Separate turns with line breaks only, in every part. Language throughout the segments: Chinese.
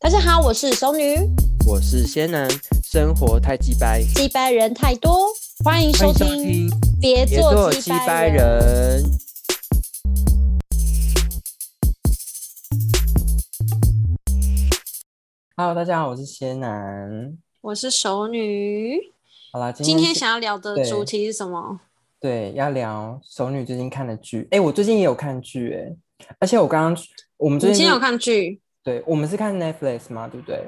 大家好，我是熟女，
我是仙男，生活太鸡掰，
击败人太多，欢迎收
欢
听，
迎收
别
别
做
做
击
鸡
败
掰
人。
人。Hello，大家好，我是仙男。
我是熟女，
好啦，今
今
天
天想要聊的
对
主题是什么？
对要聊熟女最近看的剧。哎、我最近也有看剧哎、而且我刚刚我们
你
最
今
近
天有看剧？
对，我们是看 Netflix 嘛，对不对？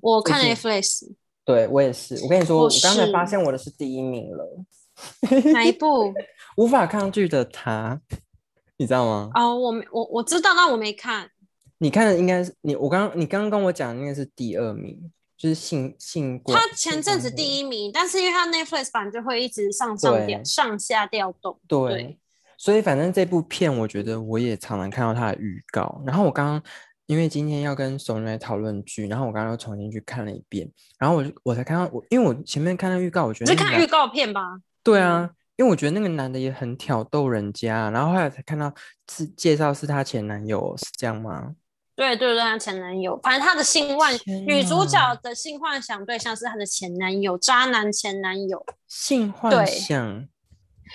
我看
最近
Netflix
对我也是。我跟你说，
我
我刚才
是
发现我的是第一名了，
哪一部？
无法抗拒的他，你知道吗？
哦，我没，我我知道，但我没看。
你看的应该是你，我刚你刚刚跟我讲的那个是第二名，就是性性过。
他前阵子第
一
一名，但是因为他 Netflix 版就会一直上上
对
调、上下调动。
对，
对
所以反正这部片我觉得我也常常看到它的预告，然后我刚刚因为今天要跟熟人来讨论剧，然后我刚刚又重新去看了一遍，然后我就我才看到我，因为我前面看到预告，我觉
你
得
是
那个
看
男
预告片吧？
对
嗯
啊，因为我觉得那个男的也很挑逗人家，啊然后后来才看到是介绍是她前男友，是这样吗？
对对对，她前男友，反正她的性幻
天
女主
哪
角的性幻想对象是她的前男友，渣男前男友。
性
对
幻想。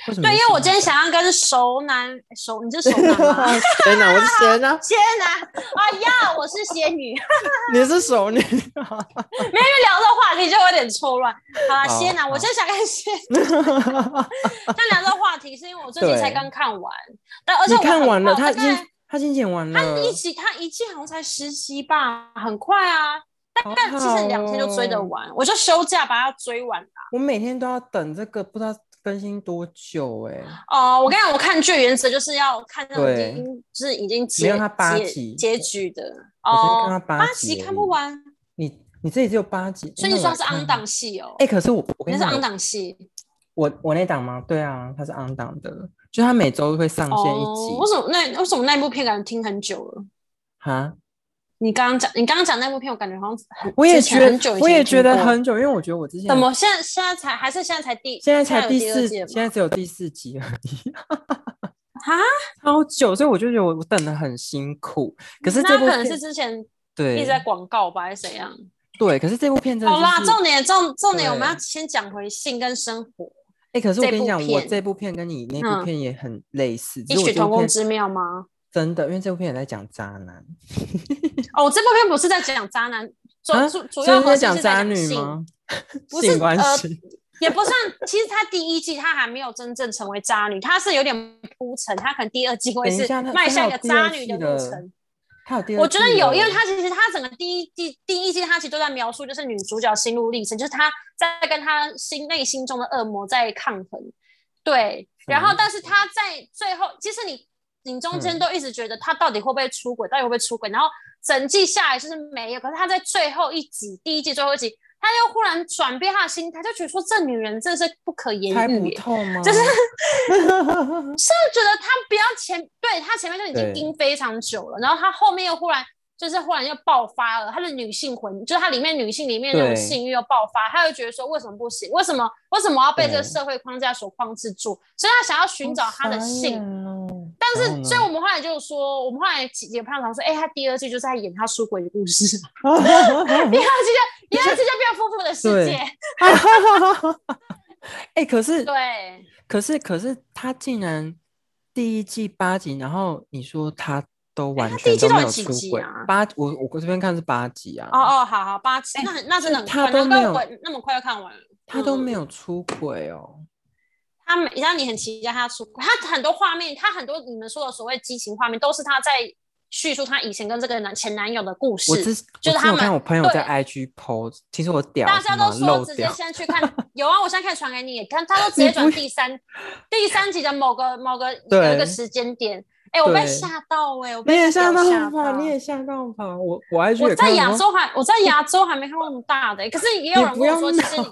为什么
对，
是
因为
性
我
幻
今天
想
想要跟熟男熟，你是熟男吗？
天哪，我是谁呢？
仙男，哎呀，我是仙女，因为
你是熟女，
聊这话题就有点错乱。好啦，
好
仙男，我
好
真想跟 仙，但聊这话题是因为我最近才
对
刚看完，但而且
你
我
看
很
完
快
了，
我
他已嗯
大
经
概
他已经剪完了，
一集，他一季好像才十集吧，很快啊。
好
但其实
好
两天就追得
哦。
完，我就休假把它追完
我每天都要等这个，不知道更新多久哎、
哦，我跟你讲，我看剧的原则就是要看那种已
对
经就是已经
没
结
有它八
结
集
结局的
我昨天看
哦
到，八
八
集而
看不
已
完，
你你这里只有八集，
所以你
那我
说
来
它是
看
on 档戏哦，
哎、可是我我
那
跟你
是
讲，
on 档戏
我我那档吗？对啊，它是 on 档的，就它每周会上线一
哦。为
集
什么那为什么那部片感觉听很久了？
哈。
你刚刚讲你刚刚讲那部片，我感觉好像很
我也
之前
觉
很久以
得我
前
也
听
觉得
过
很久，因为我觉得我之前
怎么现在现在才还是现在才第
现在才
有
第
二
四，
季了
现在只有第四集而 已，
吗啊？
超久，所以我就觉得我我等的很辛苦。可是
那
这部
可能
片
是之前一
对
直在广告吧，还是怎样？
对，可是这部片真的、就
好
是、
啦，重点重重点我们
对
要先讲回性跟生活，
哎、可是我
这
跟
部
你讲，我
片
这部片跟你那
嗯
部片也很类似，
异
只是我
曲
这部
同工
片
之妙吗？
真的，因为这部片也在讲渣男，
哦，这部片不是在讲渣男，主
啊
主主
所以
要
是在
核心
讲
是在
渣
讲
女
性，
吗？
不是
性关
呃
系，
也不算。其实她第一季她还没有真正成为渣女，她是有点铺陈，她可能第二季会
等一
是
下它
迈
它
向
有
一个
第
渣
二
女
季
路
的
程。
还有第二
我觉得
季
有，因为
了
她其实她整个第一季第一季她其实都在描述就是女主角心路历程，就是她在跟她心内心中的恶魔在抗衡。对，然后
嗯
但是她在最后，其实你你中间
嗯
都一直觉得她到底会不会出轨，到底会不会出轨，然后整季下来就是没有，可是她在最后一集第一季最后一集，她又忽然转变她的心态，就觉得说这女人真的是不可言
猜
喻
不
耶，
透吗？
就是甚至觉得他不要前，对他前面就已经
对
盯非常久了，然后他后面又忽然就是忽然又爆发了，他的女性魂，就是他里面女性里面那种
对
性欲又爆发，他就觉得说为什么不行？为什么为什么要被这个
对
社会框架所框制住？所以他想要寻找他的
啊
性。
但
是，所以我们后来就说，我们后来也碰到说，哎、他第二季就是在演他出轨的故事，
哦
第二季就第二季就变夫妇的世界，
哎、可是
对，
可是可是他竟然第一季八集，然后你说他都完
哎第一季
全都没
到
有
底几
出
集
轨、
啊
八我我这边看是八集啊，
哦哦，好好八集，
哎
那很那真的很
他
快，
都
难怪
没有
我那么快就看完了，
他都
嗯
没有出轨哦，
他每让你很期待他出轨，他很多画面，他很多你们说的所谓激情画面，都是他在叙述他以前跟这个男前男友的故事
我。之
就是
我之前
他
有
们
看我朋友
对
在 IG post，听说我屌
大
什
家
么
都说
漏
直接
掉，
先去看，有啊，我现在可以传给你，看他都直接
你不
转第三第三集的某个某个
对
有一个时间点。哎、我被
对
吓到哎、我
你
被
也
这
吓
屌
到吧？你也吓到吧？我我 IG
我
也
在
看
亚
到
洲还我在亚洲还没看过那么大的欸、可是也有
你
人
不
跟我
要
说，其实
闹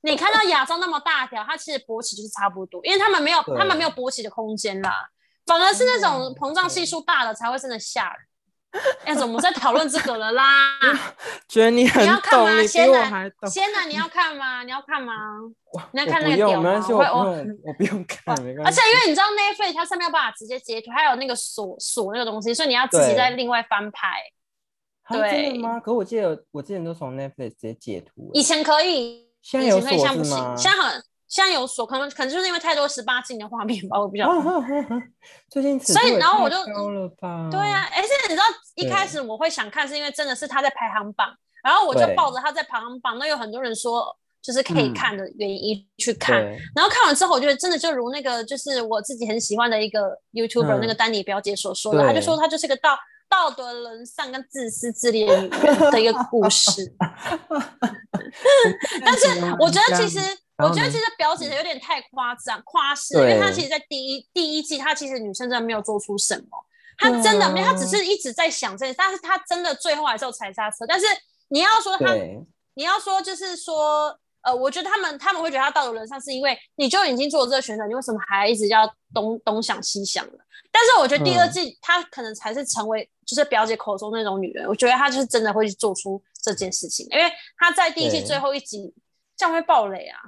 你你看到亚洲那么大条，它其实勃起就是差不多，因为他们没有他们没有勃起的空间啦，反而是那种
嗯
膨胀系数大的才会真的吓人。哎、怎么在讨论这个了啦？
觉得你很
要看
懂，
吗
你比
先
我
来
还懂。
仙男，你要看吗？你要看吗？你要
我
看那
不
个
用
屌
没关
吗
系，
我
我
会
不
我
用，我不用 看，没
而
关
且
系。
因为你知道 Netflix 它上面有办法直接截图，还有那个锁锁那个东西，所以你要自己
对
再另外翻拍。
啊真
对
的吗？可我记得我之前都从 Netflix 直接截图、
以
欸，
前可以，
现在
以
有
前可以，
锁
现在不
是吗
行，？现在很现在有锁，可能可能就是因为太多十八禁的画面吧，我不晓得。
哦哦哦哦 最近尺
所以
度也
然后我
太
就
高了吧？
对啊，，而且你知道一
对
开始我会想看，是因为真的是他在排行榜，然后我就
对
抱着他在排行榜，那有很多人说就是可以
嗯
看的原因去看，
对，
然后看完之后，我觉得真的就如那个就是我自己很喜欢的一个 YouTuber、
嗯
那个丹尼表姐所说的，
对
她就说她就是个道道德沦丧跟自私自利的女人的一个故事。
但
是我觉得其实，
然
我
后
觉得
呢
其实表姐有点太夸张、夸饰，因
对
为她其实，在第一第一季，她其实女生真的没有做出什么，她真的没有，
对啊
她只是一直在想这件事，但是她真的最后还是有踩刹车。但是你要说她，
对
你要说就是说，呃，我觉得他们他们会觉得她道德沦丧，是因为你就已经做了这个选择，你为什么还一直要东东想西想呢？但是我觉得第二
嗯
季她可能才是成为就是表姐口中那种女人，我觉得她就是真的会去做出这件事情，因为她在第一季
对
最后一集这样会爆雷啊。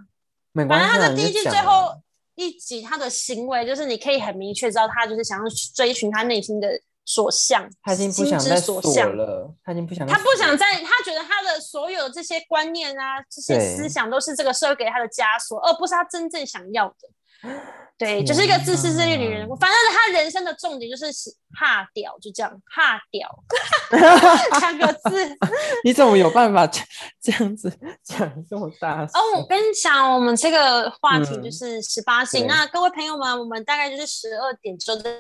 没
反
关
正
系啊，
他的
你
第
就
一季
讲
最
啊
后一集，他的行为就是你可以很明确知道他就是想要追寻他内心的所向，
他已经不
心
想
之
再
所
锁
向。
了，他已经不想再
他不
锁
想
了
再，他觉得他的所有这些观念啊，这些
对
思想都是这个社会给他的枷锁，而不是他真正想要的。对，
天
就是一个自私自利的女人
哪。
反正他人生的重点就是哈屌，就这样哈屌两个字。
你怎么有办法这这样子讲这么大声？
哦，我跟你讲，我们这个话题
嗯
就是十八禁。
对
那各位朋友们，我们大概就是十二点之后再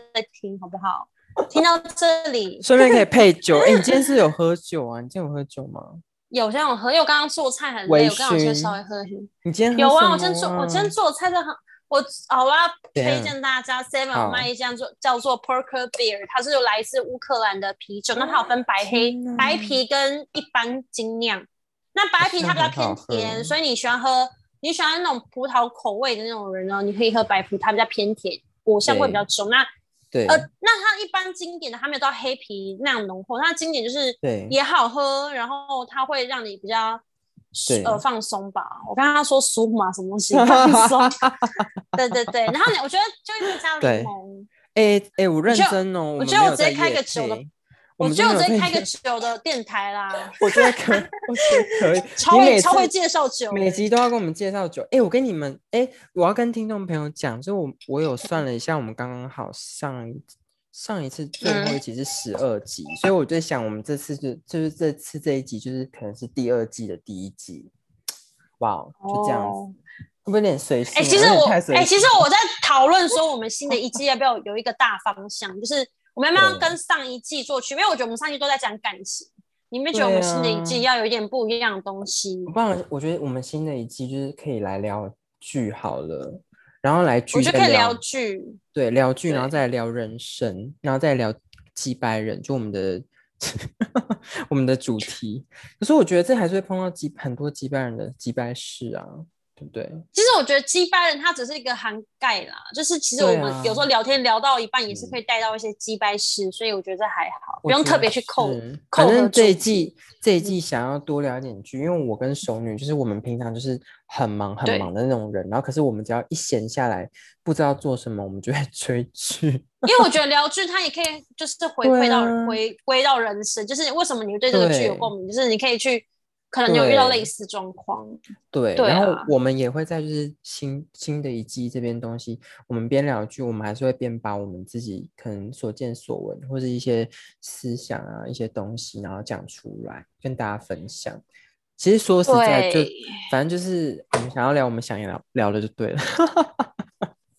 听，好不好？听到这里，
顺便可以配酒。哎、你今天是有喝酒啊？你今天有喝酒吗？
有些我喝，因为我刚刚做菜很
微
累，我刚好先
醺
稍微喝一些。
你 今天喝
有
什
啊，我今天
么
做，我今
啊
天做菜是很，我好啦，
怎
推
样
荐大家 Seven
好
有卖一家做叫做 Porker Beer，它是有来自乌克兰的啤酒，那它有分白黑
哦天哪、哦
白啤跟一般精酿。那白啤它比较偏
好像很好喝
甜，所以你喜欢喝你喜欢那种葡萄口味的那种人呢，你可以喝白啤，它比较偏甜，果香味比较重。那
对、
呃，那它一般经典的它没有到黑啤那样浓厚，它经典就是
对
也好喝，然后它会让你比较舒
对
呃放松吧。我刚刚说舒嘛，什么东 西放松？对对对，然后你我觉得就会加
对
柠檬，
哎哎、我认
觉得
真哦，
我
们
觉得
没
我
有
直接
在
开
业
个酒的
配我
我
们
觉得我
真
直接
的没有
开
在
个酒的电台 啦，
我觉得可，我觉得可以。
超
你
会
每
超会
次
介绍酒，
每集都要跟我们介绍酒。哎、我跟你们，哎、我要跟听众朋友讲，就我我有算了一下，我们刚刚好上一上一次最
嗯
后一集是十二集，所以我在想，我们这次就就是这次这一集就是可能是第二季的第一集。哇哦，就这样子，
哦
会不会有点随性啊？
哎、其实
有点
我
太随
哎、其实
性
我在讨论说，我们新的一季要不要有一个大方向，就是我们要不要跟上一季做区别？因为我觉得我们上一季都在讲感情，你们觉得我们
对啊
新的一季要有一点不一样的东西？
我忘了，我觉得我们新的一季就是可以来聊剧好了，然后来剧，
我觉得可以
啊
聊剧，
对，聊剧，然后
对
再来聊人生，然后再聊几百人，就我们的 我们的主题。可是我觉得这还是会碰到几很多几百人的几百事啊，对不对？
其实我觉得击败人它只是一个涵盖啦，就是其实我
对啊
们有时候聊天聊到一半也是可以带到一些击败事，所以我觉得这还好，不用特别去扣
我觉。得是
扣
反
合
正这一
主嗯
季这一季想要多聊一点剧，因为我跟熟女就是我们平常就是很忙很
对
忙的那种人，然后可是我们只要一闲下来，不知道做什么，我们就会 追剧。
因为我觉得聊剧它也可以就是回
对
馈到、
啊
回归到人生，就是为什么你对这个剧有
对
共鸣，就是你可以去，可能你有遇到
对
类似状况。
对，
对
然后
啊
我们也会在就是新新的一季这边东西，我们边聊剧，我们还是会边把我们自己可能所见所闻或是一些思想啊一些东西，然后讲出来跟大家分享。其实说实在就，
对
反正就是我们想要聊，我们想要聊的就对了。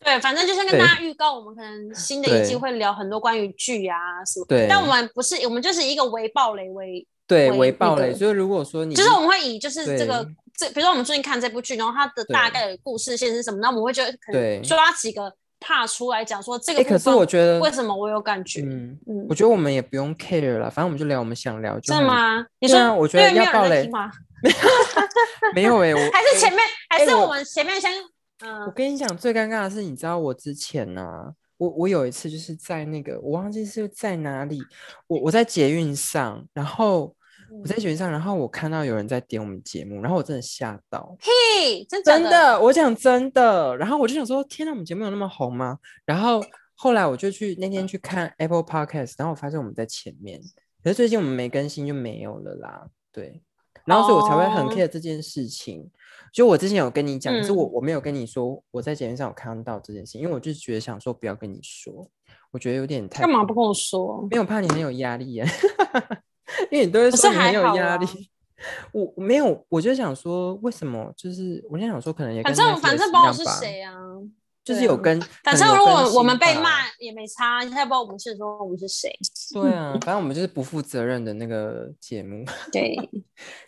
对，反正就先跟
对
大家预告，我们可能新的一季
对
会聊很多关于剧啊什么。
对
但我们不是，我们就是一个微暴雷为，
对，
为
为
那
暴雷。
个
所以如果说你
就是我们会以就是这个
对
这，比如说我们最近看这部剧，然后它的
对
大概的故事线是什么，那我们会觉得可
对
能抓几个 part 出来讲说这个
哎，可
部
是我
分
觉得
为什么我有感觉，
嗯，
嗯
我，觉得我们也不用 care 了，反正我们就聊我们想聊就
真的
好。
吗？你
对
说
啊我觉
因
得
为没
要
有人
爆
在
雷
听吗？
没有 哎，我
还是前面，还
哎
是
我
我们前面先，
我
嗯，
跟你讲，最尴尬的是，你知道我之前呢、我我有一次就是在那个，我忘记是在哪里，我我在捷运上，然后我在捷运上，然后我看到有人在点我们节目，然后我真的吓到，
屁，真假
真的，我讲真的，然后我就想说，天哪，我们节目有那么红吗？然后后来我就去那天去看 Apple Podcast，然后我发现我们在前面，可是最近我们没更新就没有了啦，对。然后所以我才会很
哦
care 这件事情。就我之前有跟你讲，可是我
嗯
我没有跟你说我在节目上有看到这件事，因为我就觉得想说不要跟你说，我觉得有点太
干嘛不跟我说？
没有怕你很有压力耶，因为你都会
可
说
是
你很
还
有
好
压
啊
力。我我没有，我就想说，为什么？就是我就想说，可能也
反
跟
正
Netflix
反正
一
不知道我
样
是
吧
谁啊。
就是
对
有
啊
跟，
反
可能
正
有
如
更
果我
新
们被
吧
骂也没差，他也不知道我们是说我们是谁。
对啊，反正我们就是不负责任的那个节目。
对，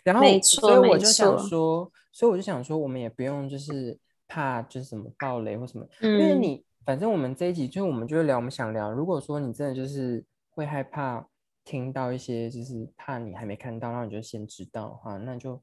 然后
没，
所以
错
我
没
就想
错
说，所以我就想说，我们也不用就是怕就是什么暴雷或什么， 因为
嗯，
你反正我们这一集就是我们就会聊我们想聊。如果说你真的就是会害怕听到一些，就是怕你还没看到，然后你就先知道的话，那你就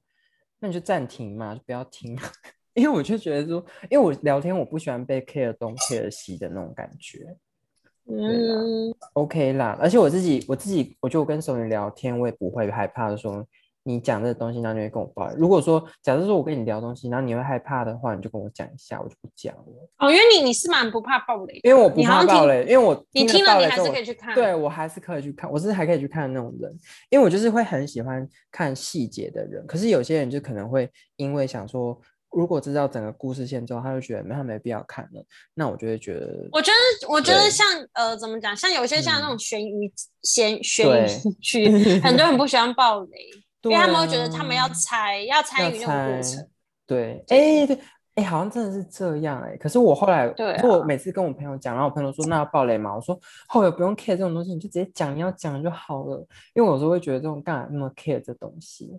那你就暂停嘛，就不要听。啊 因为我就觉得说，因为我聊天我不喜欢被 care 东 care 西的那种感觉。啦
嗯，
OK 啦，而且我自己，我自己，我觉得我跟熟人聊天，我也不会害怕的说你讲这个东西，然后你会跟我抱怨。如果说假设说我跟你聊东西，然后你会害怕的话，你就跟我讲一下，我就不讲了，
哦，因为你你是蛮不怕暴雷的，
因为我不
你好
怕
像
暴
听
雷，因为我
你
了
听
暴
了你
雷
还
之后
是
我
可以去看。
对我还是可以去看，我是还可以去看的那种人，因为我就是会很喜欢看细节的人。可是有些人就可能会因为想说，如果知道整个故事线之后，他就觉得没他没必要看了，那我就会觉得
我觉得，我觉得
对
像呃，怎么讲？像有一些像那
嗯
种悬疑、悬悬
对
疑剧，很多人不喜欢暴 雷，因
对
为他们会觉得他们要
啊
猜，要
要
参与那种
猜
过程。，
对，哎、
对
对，哎、好像真的是这样哎、可是我后来，
对啊
可是我每次跟我朋友讲，然后我朋友说那要爆雷嘛，我说后来不用 care 这种东西，你就直接讲你要讲就好了，因为我有时候会觉得这种干嘛那么 care 这东西。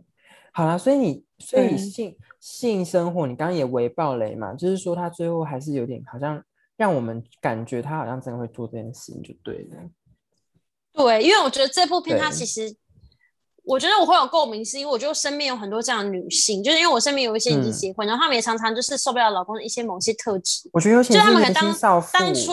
好啦，所以你所以
对
性性生活，你刚刚也微爆雷嘛，就是说他最后还是有点好像让我们感觉他好像真的会做这件事情就对了。
对，因为我觉得这部片它
对
其实，我觉得我会有共鸣，是因为我觉得身边有很多这样的女性，就是因为我身边有一些已
嗯
经结婚，然后她们也常常就是受不了老公的一些某些特质，
我觉得尤其
就是她们可
年
能
轻
当
少妇，
当初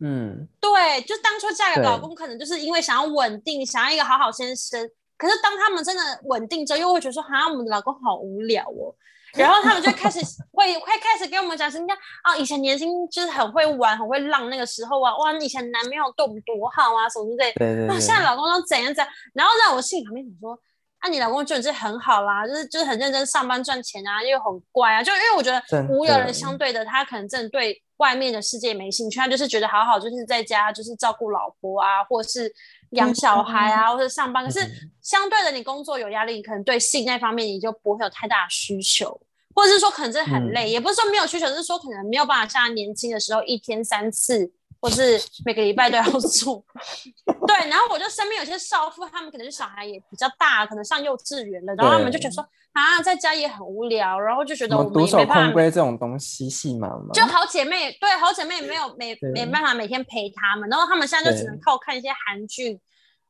嗯，
对，就当初嫁给老
对
公，可能就是因为想要稳定，想要一个好好先生。可是当他们真的稳定之后，又会觉得说，哈，我们的老公好无聊哦。然后他们就开始会会开始给我们讲说，你看啊，以前年轻就是很会玩，很会浪，那个时候啊，哇，你以前男朋友对我们多好啊，什么之类的。
对对
那
对，
现在老公都怎样怎样？然后在我心里旁边想说，啊，你老公就已经很好啦，就是就是很认真上班赚钱啊，又很乖啊，就因为我觉得
真
无有
的
人相对的，他可能真的对外面的世界没兴趣，他就是觉得好好就是在家就是照顾老婆啊，或是养小孩啊，或者上班。可是
嗯
相对的，你工作有压力，你可能对性那方面你就不会有太大的需求。或者是说可能真的很
嗯
累，也不是说没有需求，就是说可能没有办法像年轻的时候一天三次，或是每个礼拜都要做。对，然后我就身边有些少妇，她们可能是小孩也比较大，可能上幼稚园了，然后她们就觉得说啊，在家也很无聊，然后就觉
什
得
么
我们
独
也
守
没办
空
法每。
闺这种东西，戏码嘛，
就好姐妹，对好姐妹没有没
对
没办法每天陪她们，然后她们现在就只
对
能靠看一些韩剧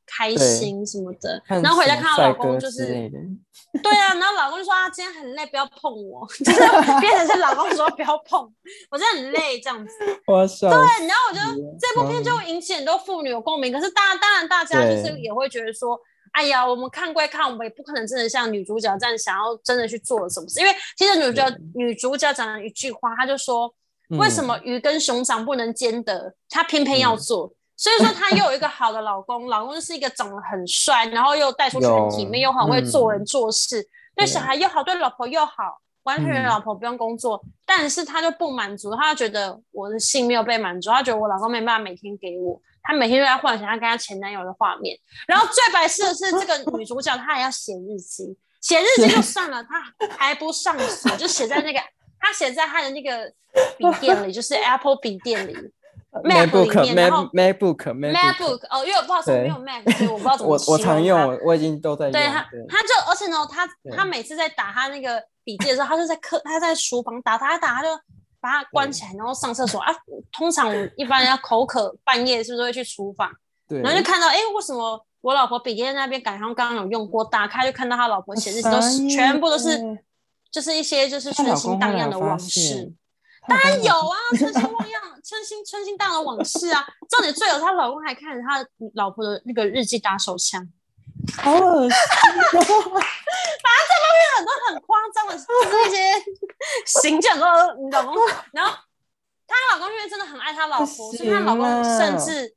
开心什么的，
看
然后回家
什么
看到
帅
老公
哥
就
之
是
类的，
对啊，然后老公就说啊，今天很累，不要碰我， 就是变成是老公说不要碰，我真的很累这样子。
我要笑
对，啊然后我觉得
死
这部片就引起很多妇女有共鸣，可是大家当然大家就是
对
也会觉得说。哎呀，我们看归看，我们也不可能真的像女主角这样想要真的去做什么事。因为其实女主角
对
女主角讲了一句话，她就说：“为什么鱼跟熊掌不能兼得？她偏偏要
嗯
做。所以说，她又有一个好的老公，老公是一个长得很帅，然后又带出去很体
有
面，又很会做
嗯
人做事，对小
对
孩又好，对老婆又好，完全
嗯
老婆不用工作。但是她就不满足，她觉得我的性没有被满足，她觉得我老公没办法每天给我，她每天都在幻想她跟她前男友的画面。然后最白痴的 是，这个女主角她还要写日记，写日记就算了，她还不上锁，就写在那个她写在她的那个笔电里，就是 Apple 笔电里。Mac 里
呃 MacBook
面然后
Mac MacBook MacBook，
MacBook 哦，因为不好意思，我没有 Mac，所以我不知道怎
我
么形
我常
容
用
它，
我我已经都在用，
对他，他就而且呢，他
对
他每次在打他那个笔记的时候，他就在客他在厨房打他打，他就把它关起来，然后上厕所啊。通常我们一般人家口渴，半夜是不是会去厨房？
对，
然后就看到，哎，为什么我老婆笔记在那边感觉刚刚有用过？打开就看到他老婆写日记，都是全部都是就是一些就是
她
春
老
心
公
荡
后来
漾
有
的
发
往
现
事。当然有啊，春心荡漾，春心春心荡漾的往事啊。重点最有，她老公还看着他老婆的那个日记打手枪。
好恶心 哦，
很多很夸张的，就是一些 行政都你老公，然后她老公因为真的很爱她老
不
婆，所以她老
行
公
啊
甚至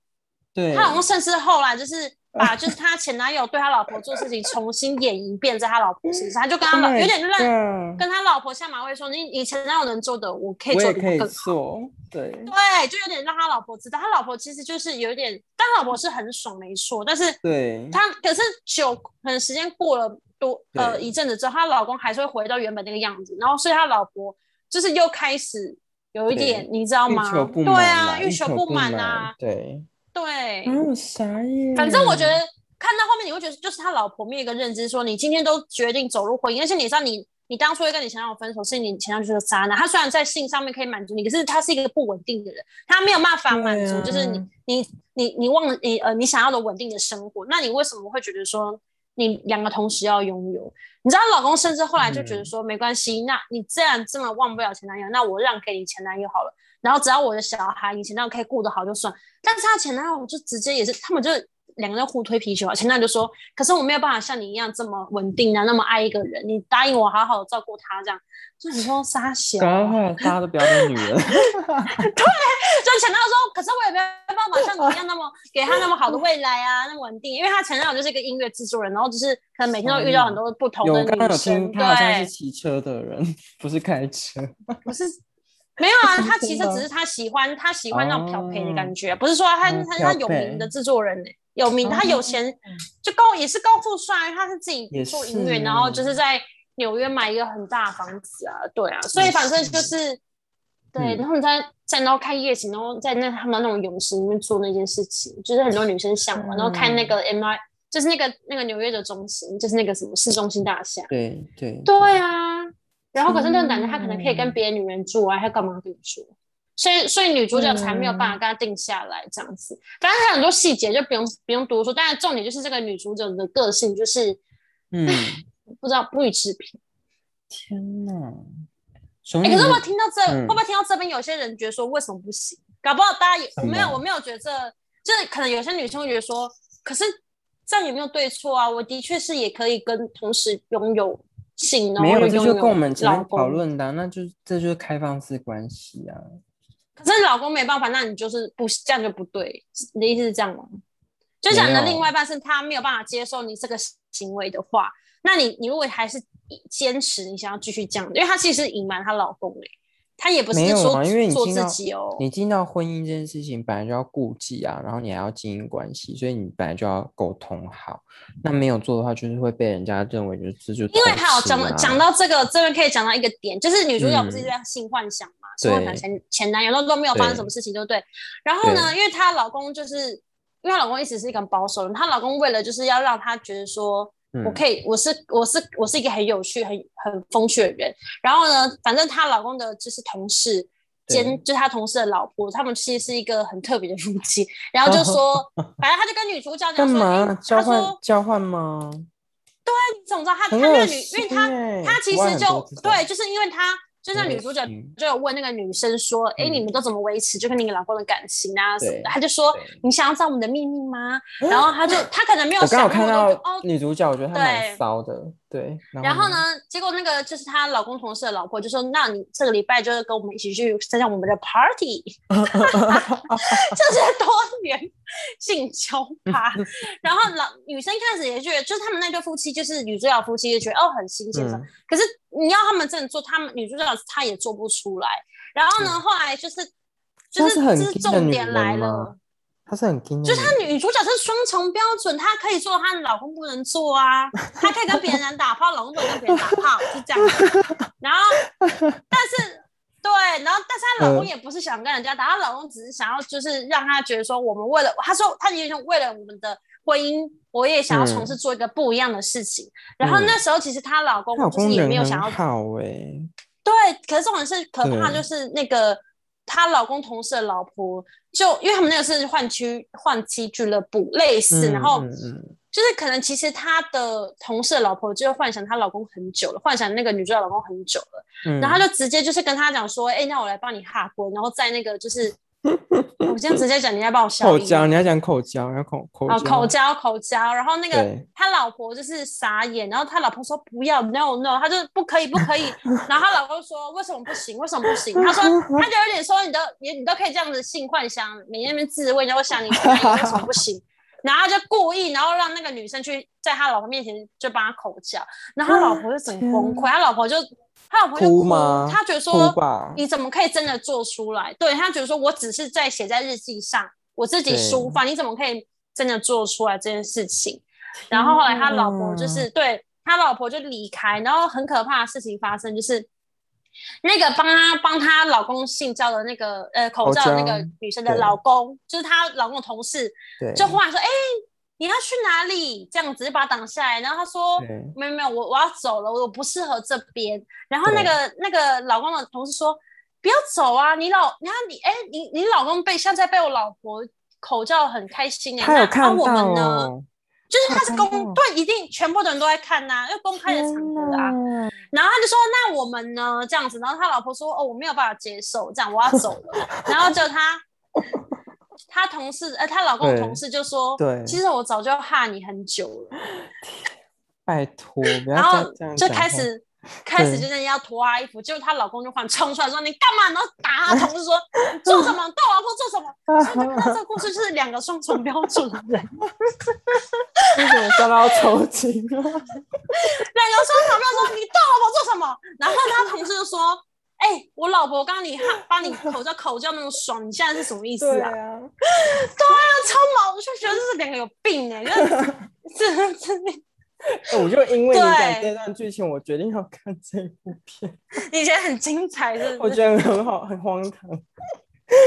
对，
她老公甚至后来 就是把就是她前男友对她老婆做事情重新演一遍在她老婆身上，他就跟她
，Oh
老有点乱，
乱，
跟她老婆下马威说你你前男友能做的我可以
我
做
也
的
可以
更好。
做，对，
对，就有点让他老婆知道，他老婆其实就是有点，但他老婆是很爽，没错。但
嗯
是
对，
他可是久，可能时间过了多呃
对
一阵子之后，她老公还是会回到原本那个样子，然后所以她老婆就是又开始有一
对
点，你知道
欲
吗？
求
对
不满
啊，
啦
欲求不满啊，
对，
对。
啊，我傻眼。
反正我觉得看到后面，你会觉得就是他老婆没有一个认知，说你今天都决定走入婚姻，而且你知道你你当初会跟你前男友分手，是你前男友就是个渣男。他虽然在性上面可以满足你，可是他是一个不稳定的人，他没有办法满足，
对啊
就是你你你你忘了你呃你想要的稳定的生活，那你为什么会觉得说？你两个同时要拥有，你知道，老公甚至后来就觉得说、没关系，那你既然这么忘不了前男友，那我让给你前男友好了。然后只要我的小孩以前那样可以顾得好就算，但是她前男友就直接也是，他们就两个人互推皮球啊。前男友就说：“可是我没有办法像你一样这么稳定啊，那么爱一个人，你答应我好好照顾他这样。”就你说傻小，就啊
搞到后来大家都不要当女人，
前男友说：“可是我也没有办法像你一样那 么给他那么好的未来啊，那么稳定，因为他前男友就是一个音乐制作人，然后就是可能每天都遇到很多不同
有
的
我刚刚
女
有
生，
听，他好像是
对，
骑车的人，不是开车。
不是。”没有啊，
是
他其实
真的
只是他喜欢他喜欢那种漂培的感
哦
觉，不是说他
嗯
他他有
漂培
名的制作人呢、有名，他有
哦
钱就高也是高富帅，他是自己
也
做
是
音乐，然后就是在纽约买一个很大的房子啊，对啊，所以
也
反正
是
就是对，
嗯
然后你在在然后看夜景，然后在那他们那种泳池里面做那件事情，就是很多女生向往，然后看那
嗯
个 M I，就是那个那个纽约的中心，就是那个什么市中心大厦，
对对
对啊，然后可是那个男的他可能可以
嗯
跟别的女人住啊，他干嘛跟你说？所以所以女主角才没有办法跟他定下来这样子。反正还有很多细节就不用不用多说，但是重点就是这个女主角的个性就是
嗯，
不知道不予置评。
天哪！熊
哎、
女
可是会不会听到这、
嗯
会不会听到这边有些人觉得说为什么不行？搞不好大家也我
么
没有我没有觉得这就是可能有些女生会觉得说，可是这样也没有对错啊，我的确是也可以跟同时拥有性，然后
没
又
有，这
拥有
就跟我们前
老
面
公
讨论的啊、那就是这就是开放式关系啊。
可是老公没办法，那你就是不这样就不对。你的意思是这样吗？就讲你的
没有
另外一半是他没有办法接受你这个行为的话，那你你如果还是坚持你想要继续这样，因为她其实是隐瞒她老公哎、她也不是
没有
说、
啊因为你
做
进
自
到
己哦，
你进到婚姻这件事情，本来就要顾忌啊，然后你还要经营关系，所以你本来就要沟通好。那没有做的话，就是会被人家认为就是这就
因为
偷
还有
吃
讲
啊
讲到这个，这边可以讲到一个点，就是女主角不是
嗯
一直在性幻想嘛，性幻想
对
前前男友，那都没有发生什么事情，对不对？然后呢，因为她老公就是因为她老公一直是一个很保守的人，她老公为了就是要让她觉得说。
嗯
我可以，我是我是我是一个很有趣、很很风趣的人。然后呢，反正她老公的就是同事
对
兼就是她同事的老婆，他们其实是一个很特别的夫妻。然后就说， 反正他就跟女主角
干
讲说，哎
嘛交
他说
换交换吗？
你怎么知道她她
很
那个
恶
女，因为
心
她
欸
他其
国外
实
很
就
多这种
对，就是因为他就像
很
女
恶
主角
心
就有问那个女生说：“哎、
嗯
你们都怎么维持就跟你老公的感情啊什么的
对？”
她就说
对：“啊
你想要知道我们的秘密吗？”然后她就她可能没有
我刚
想
好
那么
看
多
到
哦。
女主角，我觉得她
对
蛮骚的，对。
然后呢？，结果那个就是她老公同事的老婆就说：“那你这个礼拜就是跟我们一起去参加我们的 party，这是多元性 交吧。然后老女生一开始也觉得，就是他们那对夫妻，就是女主角夫妻也觉得哦很新鲜，
嗯，
可是你要他们真的做，他们女主角她也做不出来。然后呢，后来就是就
她
是
是很
这是
king 的
重
女
点
人
来
吗
了，
她是很精，
就是她女主角是双重标准，她可以做她的老公不能做啊，她可以跟别人打炮，老公不能跟别人打炮，是这样子。然 后，但是。对，然后但是她老公
嗯
也不是想跟人家打，她、老公只是想要就是让她觉得说，我们为了她说她有点为了我们的婚姻，我也想要从
嗯
事做一个不一样的事情。然后
嗯
那时候其实她老公
她老
就是
公
也
人
没有
很
想要
好哎，
对，可是这种是可怕，
对
就是那个她老公同事的老婆，就因为他们那个是换妻换妻俱乐部类似，
嗯
然后
嗯嗯
就是可能其实她的同事的老婆就幻想她老公很久了，幻想那个女主角老公很久了，
嗯
然后她就直接就是跟她讲说，哎、那我来帮你哈婚，然后在那个就是我今天直接讲，你要把我笑
口
晕
交，你要讲口交，要口口
哦，
交
口交口交，然后那个
对
他老婆就是傻眼，然后他老婆说不要，no no，他就不可以不可以， 然后他老公说为什么不行，为什么不行？他说他就有点说你都你你都可以这样子性幻想，每天那边自慰，然后想你男友为什么不 行？然后他就故意，然后让那个女生去在他老婆面前就帮他口交，然后他老婆就整个崩溃，他老婆就他老婆就
哭吗
他觉得说
哭吧，
你怎么可以真的做出来？对他觉得说，我只是在写在日记上，我自己抒发，你怎么可以真的做出来这件事情？然后后来他老婆就是对他老婆就离开，然后很可怕的事情发生，就是那个帮他帮他老公性交的那个呃口罩的那
口
个
罩
女生的
对
老公，就是她老公的同事，
对，
就忽然说：“哎、你要去哪里？”这样子就把他挡下来。然后他说：“
对
没有没有，我我要走了，我不适合这边。”然后那
对
个那个老公的同事说：“不要走啊，你老，然后你哎、你你老公被现在被我老婆口罩很开心哎、
他有
那
看
那
到
我们呢？
哦，
就是他是
他有看
公
到
对，一定全部的人都在看呐、因为公开的场合啊。
天
然后他就说：“那我们呢？这样子。”然后他老婆说：“哦，我没有办法接受，这样我要走 了。”然后就他，他同事，呃，她老公的
对
同事就说：“
对
其实我早就怕你很久了。
拜 托，不”要
然后
再这样
就
讲
开
话
始开始
对
就在那要脱她衣服，结果她老公就忽然冲出来说：“你干嘛？”然后打她同事说：“你做什么？ 你对我老婆做什么？”所以就看到这个故事就是两个双重标准的人。
为什么笑到抽筋？
两个双手没有说你对我老婆做什么？然后他同事就说：“哎、我老婆刚刚你哈帮你口罩口罩那么爽，你现在是什么意思
对
啊？”
啊，
那超毛，我就觉得这两个有病哎、 这这
哎我就因为你
对
讲这段剧情，我决定要看这部片，
你以前很精彩，是 不
我
是？
觉得很好，很荒 唐。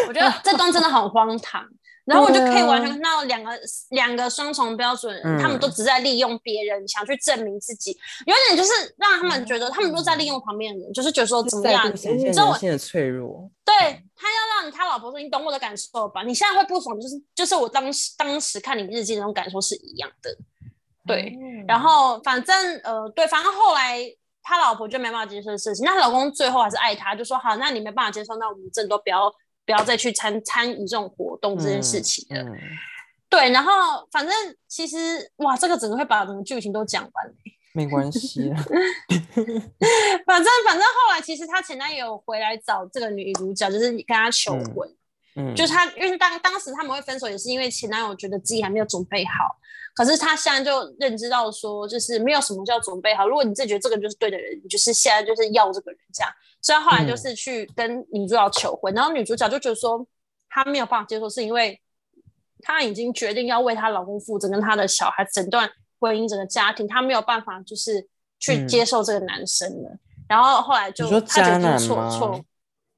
我觉 得这段真的很荒唐。然后我就
对啊
可以完全看到两个两个双重标准人，
嗯
他们都只在利用别人，想去证明自己，有点就是让他们觉得他们都在利用旁边的人，就是觉得说怎么样，
嗯再度显
你
现
知道我
人性的脆弱，
对他要让他老婆说：“你懂我的感受吧？你现在会不爽，就是就是我当时当时看你日记那种感受是一样的。”对，
嗯，
然后反正呃，对，反正后来他老婆就没办法接受的事情，那她老公最后还是爱她，就说：“好，那你没办法接受，那我们真的都不要不要再去参参与这种活动这件事情了。
嗯，
对，然后反正其实哇，这个整个会把整个剧情都讲完。
没关系啊，
反正反正后来其实她前男友回来找这个女主角，就是跟她求
嗯
婚。
嗯，
就是他，因为当当时他们会分手，也是因为前男友觉得自己还没有准备好。可是他现在就认知到说，就是没有什么叫准备好。如果你自己觉得这个人就是对的人，你就是现在就是要这个人这样。所以他后
嗯
来就是去跟女主角求婚，然后女主角就觉得说，她没有办法接受，是因为她已经决定要为她老公负责，跟她的小孩整段婚姻、整个家庭，她没有办法就是去
嗯
接受这个男生了。然后后来就
你说
他觉
渣
得
男
错
吗
错，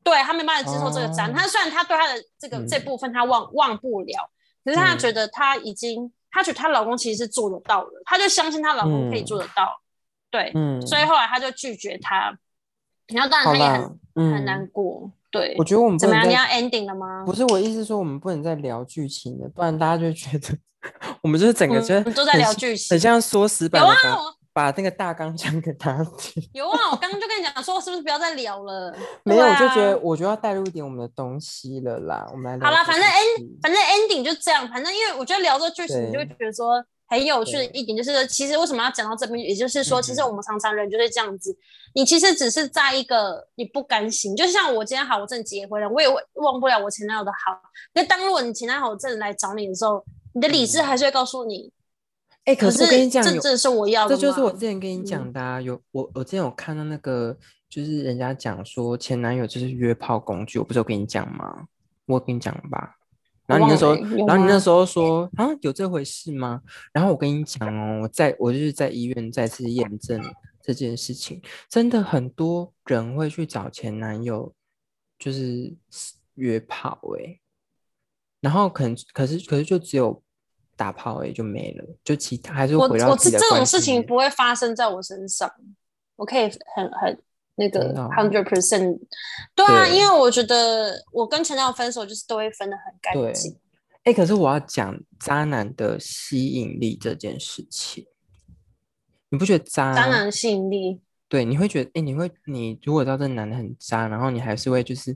对他没办法接受这个渣男。
哦
他虽然他对他的这个、
嗯
这部分他忘忘不了，可是他
嗯
觉得他已经，他觉得她老公其实是做得到的，他就相信她老公可以
嗯
做得到。对，
嗯，
所以后来他就拒绝他，然后当
好
然他也
啦
很、，
嗯，
很难过。对
我，觉得我们不
怎么
能
样？
再
你要 ending 了吗？
不是我意思说我们不能再聊剧情了，不然大家就觉得我们就是整个觉
嗯我
得
们都在
很
聊
像
剧情
很。像缩死版
有啊
的，把
我
把那个大纲讲给大家听。
有啊，我刚刚就跟你讲说，是不是不要再聊了？
没有，
对
我就觉
啊
得我就要带入一点我们的东西了啦。我们来聊
好啦
这
反正
部戏
反正 ending 就这样，反正因为我觉得聊这剧情，
对
你就会觉得说很有趣的
对
一点就是，其实为什么要讲到这边，也就是说，
嗯
其实我们常常人就是这样子，你其实只是在一个你不甘心，就像我今天好，我真的结婚了，我也忘不了我前男友的好，那当如果你前男友真的来找你的时候，你的理智
嗯
还是会告诉你，
哎、可是
是
我跟你讲，
这
有
真的是我要的
这
吗，
就是我之前跟你讲
嗯
的、啊，有我我之前有看到那个，就是人家讲说前男友就是约炮工具，我不是有跟你讲吗？我有跟你讲吧。然后你那时候，
我忘了欸有
然后你
吗
那时候说啊，有这回事吗？然后我跟你讲哦，我在我就是在医院再次验证这件事情，真的很多人会去找前男友，就是约炮哎、然后可能可是可是就只有打炮哎、就没了，就其他还是
我
回到
我
自
这
己的
这种
关
事
系
情不会发生在我身上，我可以很很那个
真的哦
hundred percent，对啊，
对
因为我觉得我跟前男友分手就是都会分的很干
对
净，
哎、可是我要讲渣男的吸引力这件事情，你不觉得渣？
渣男吸引力，
对，你会觉得，哎、你会，你如果知道这男的很渣，然后你还是会就是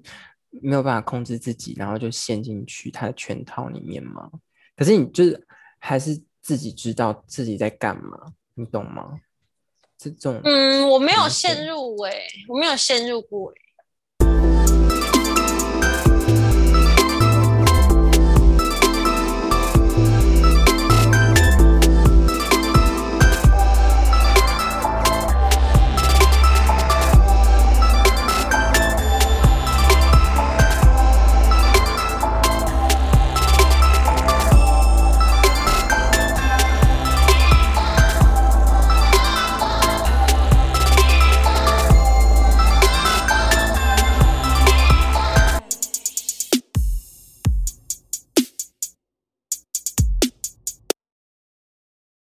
没有办法控制自己，然后就陷进去他的圈套里面吗？可是你就是还是自己知道自己在干嘛，你懂吗？这种
嗯，我没有
嗯
陷
对
入哎、我没有陷入过欸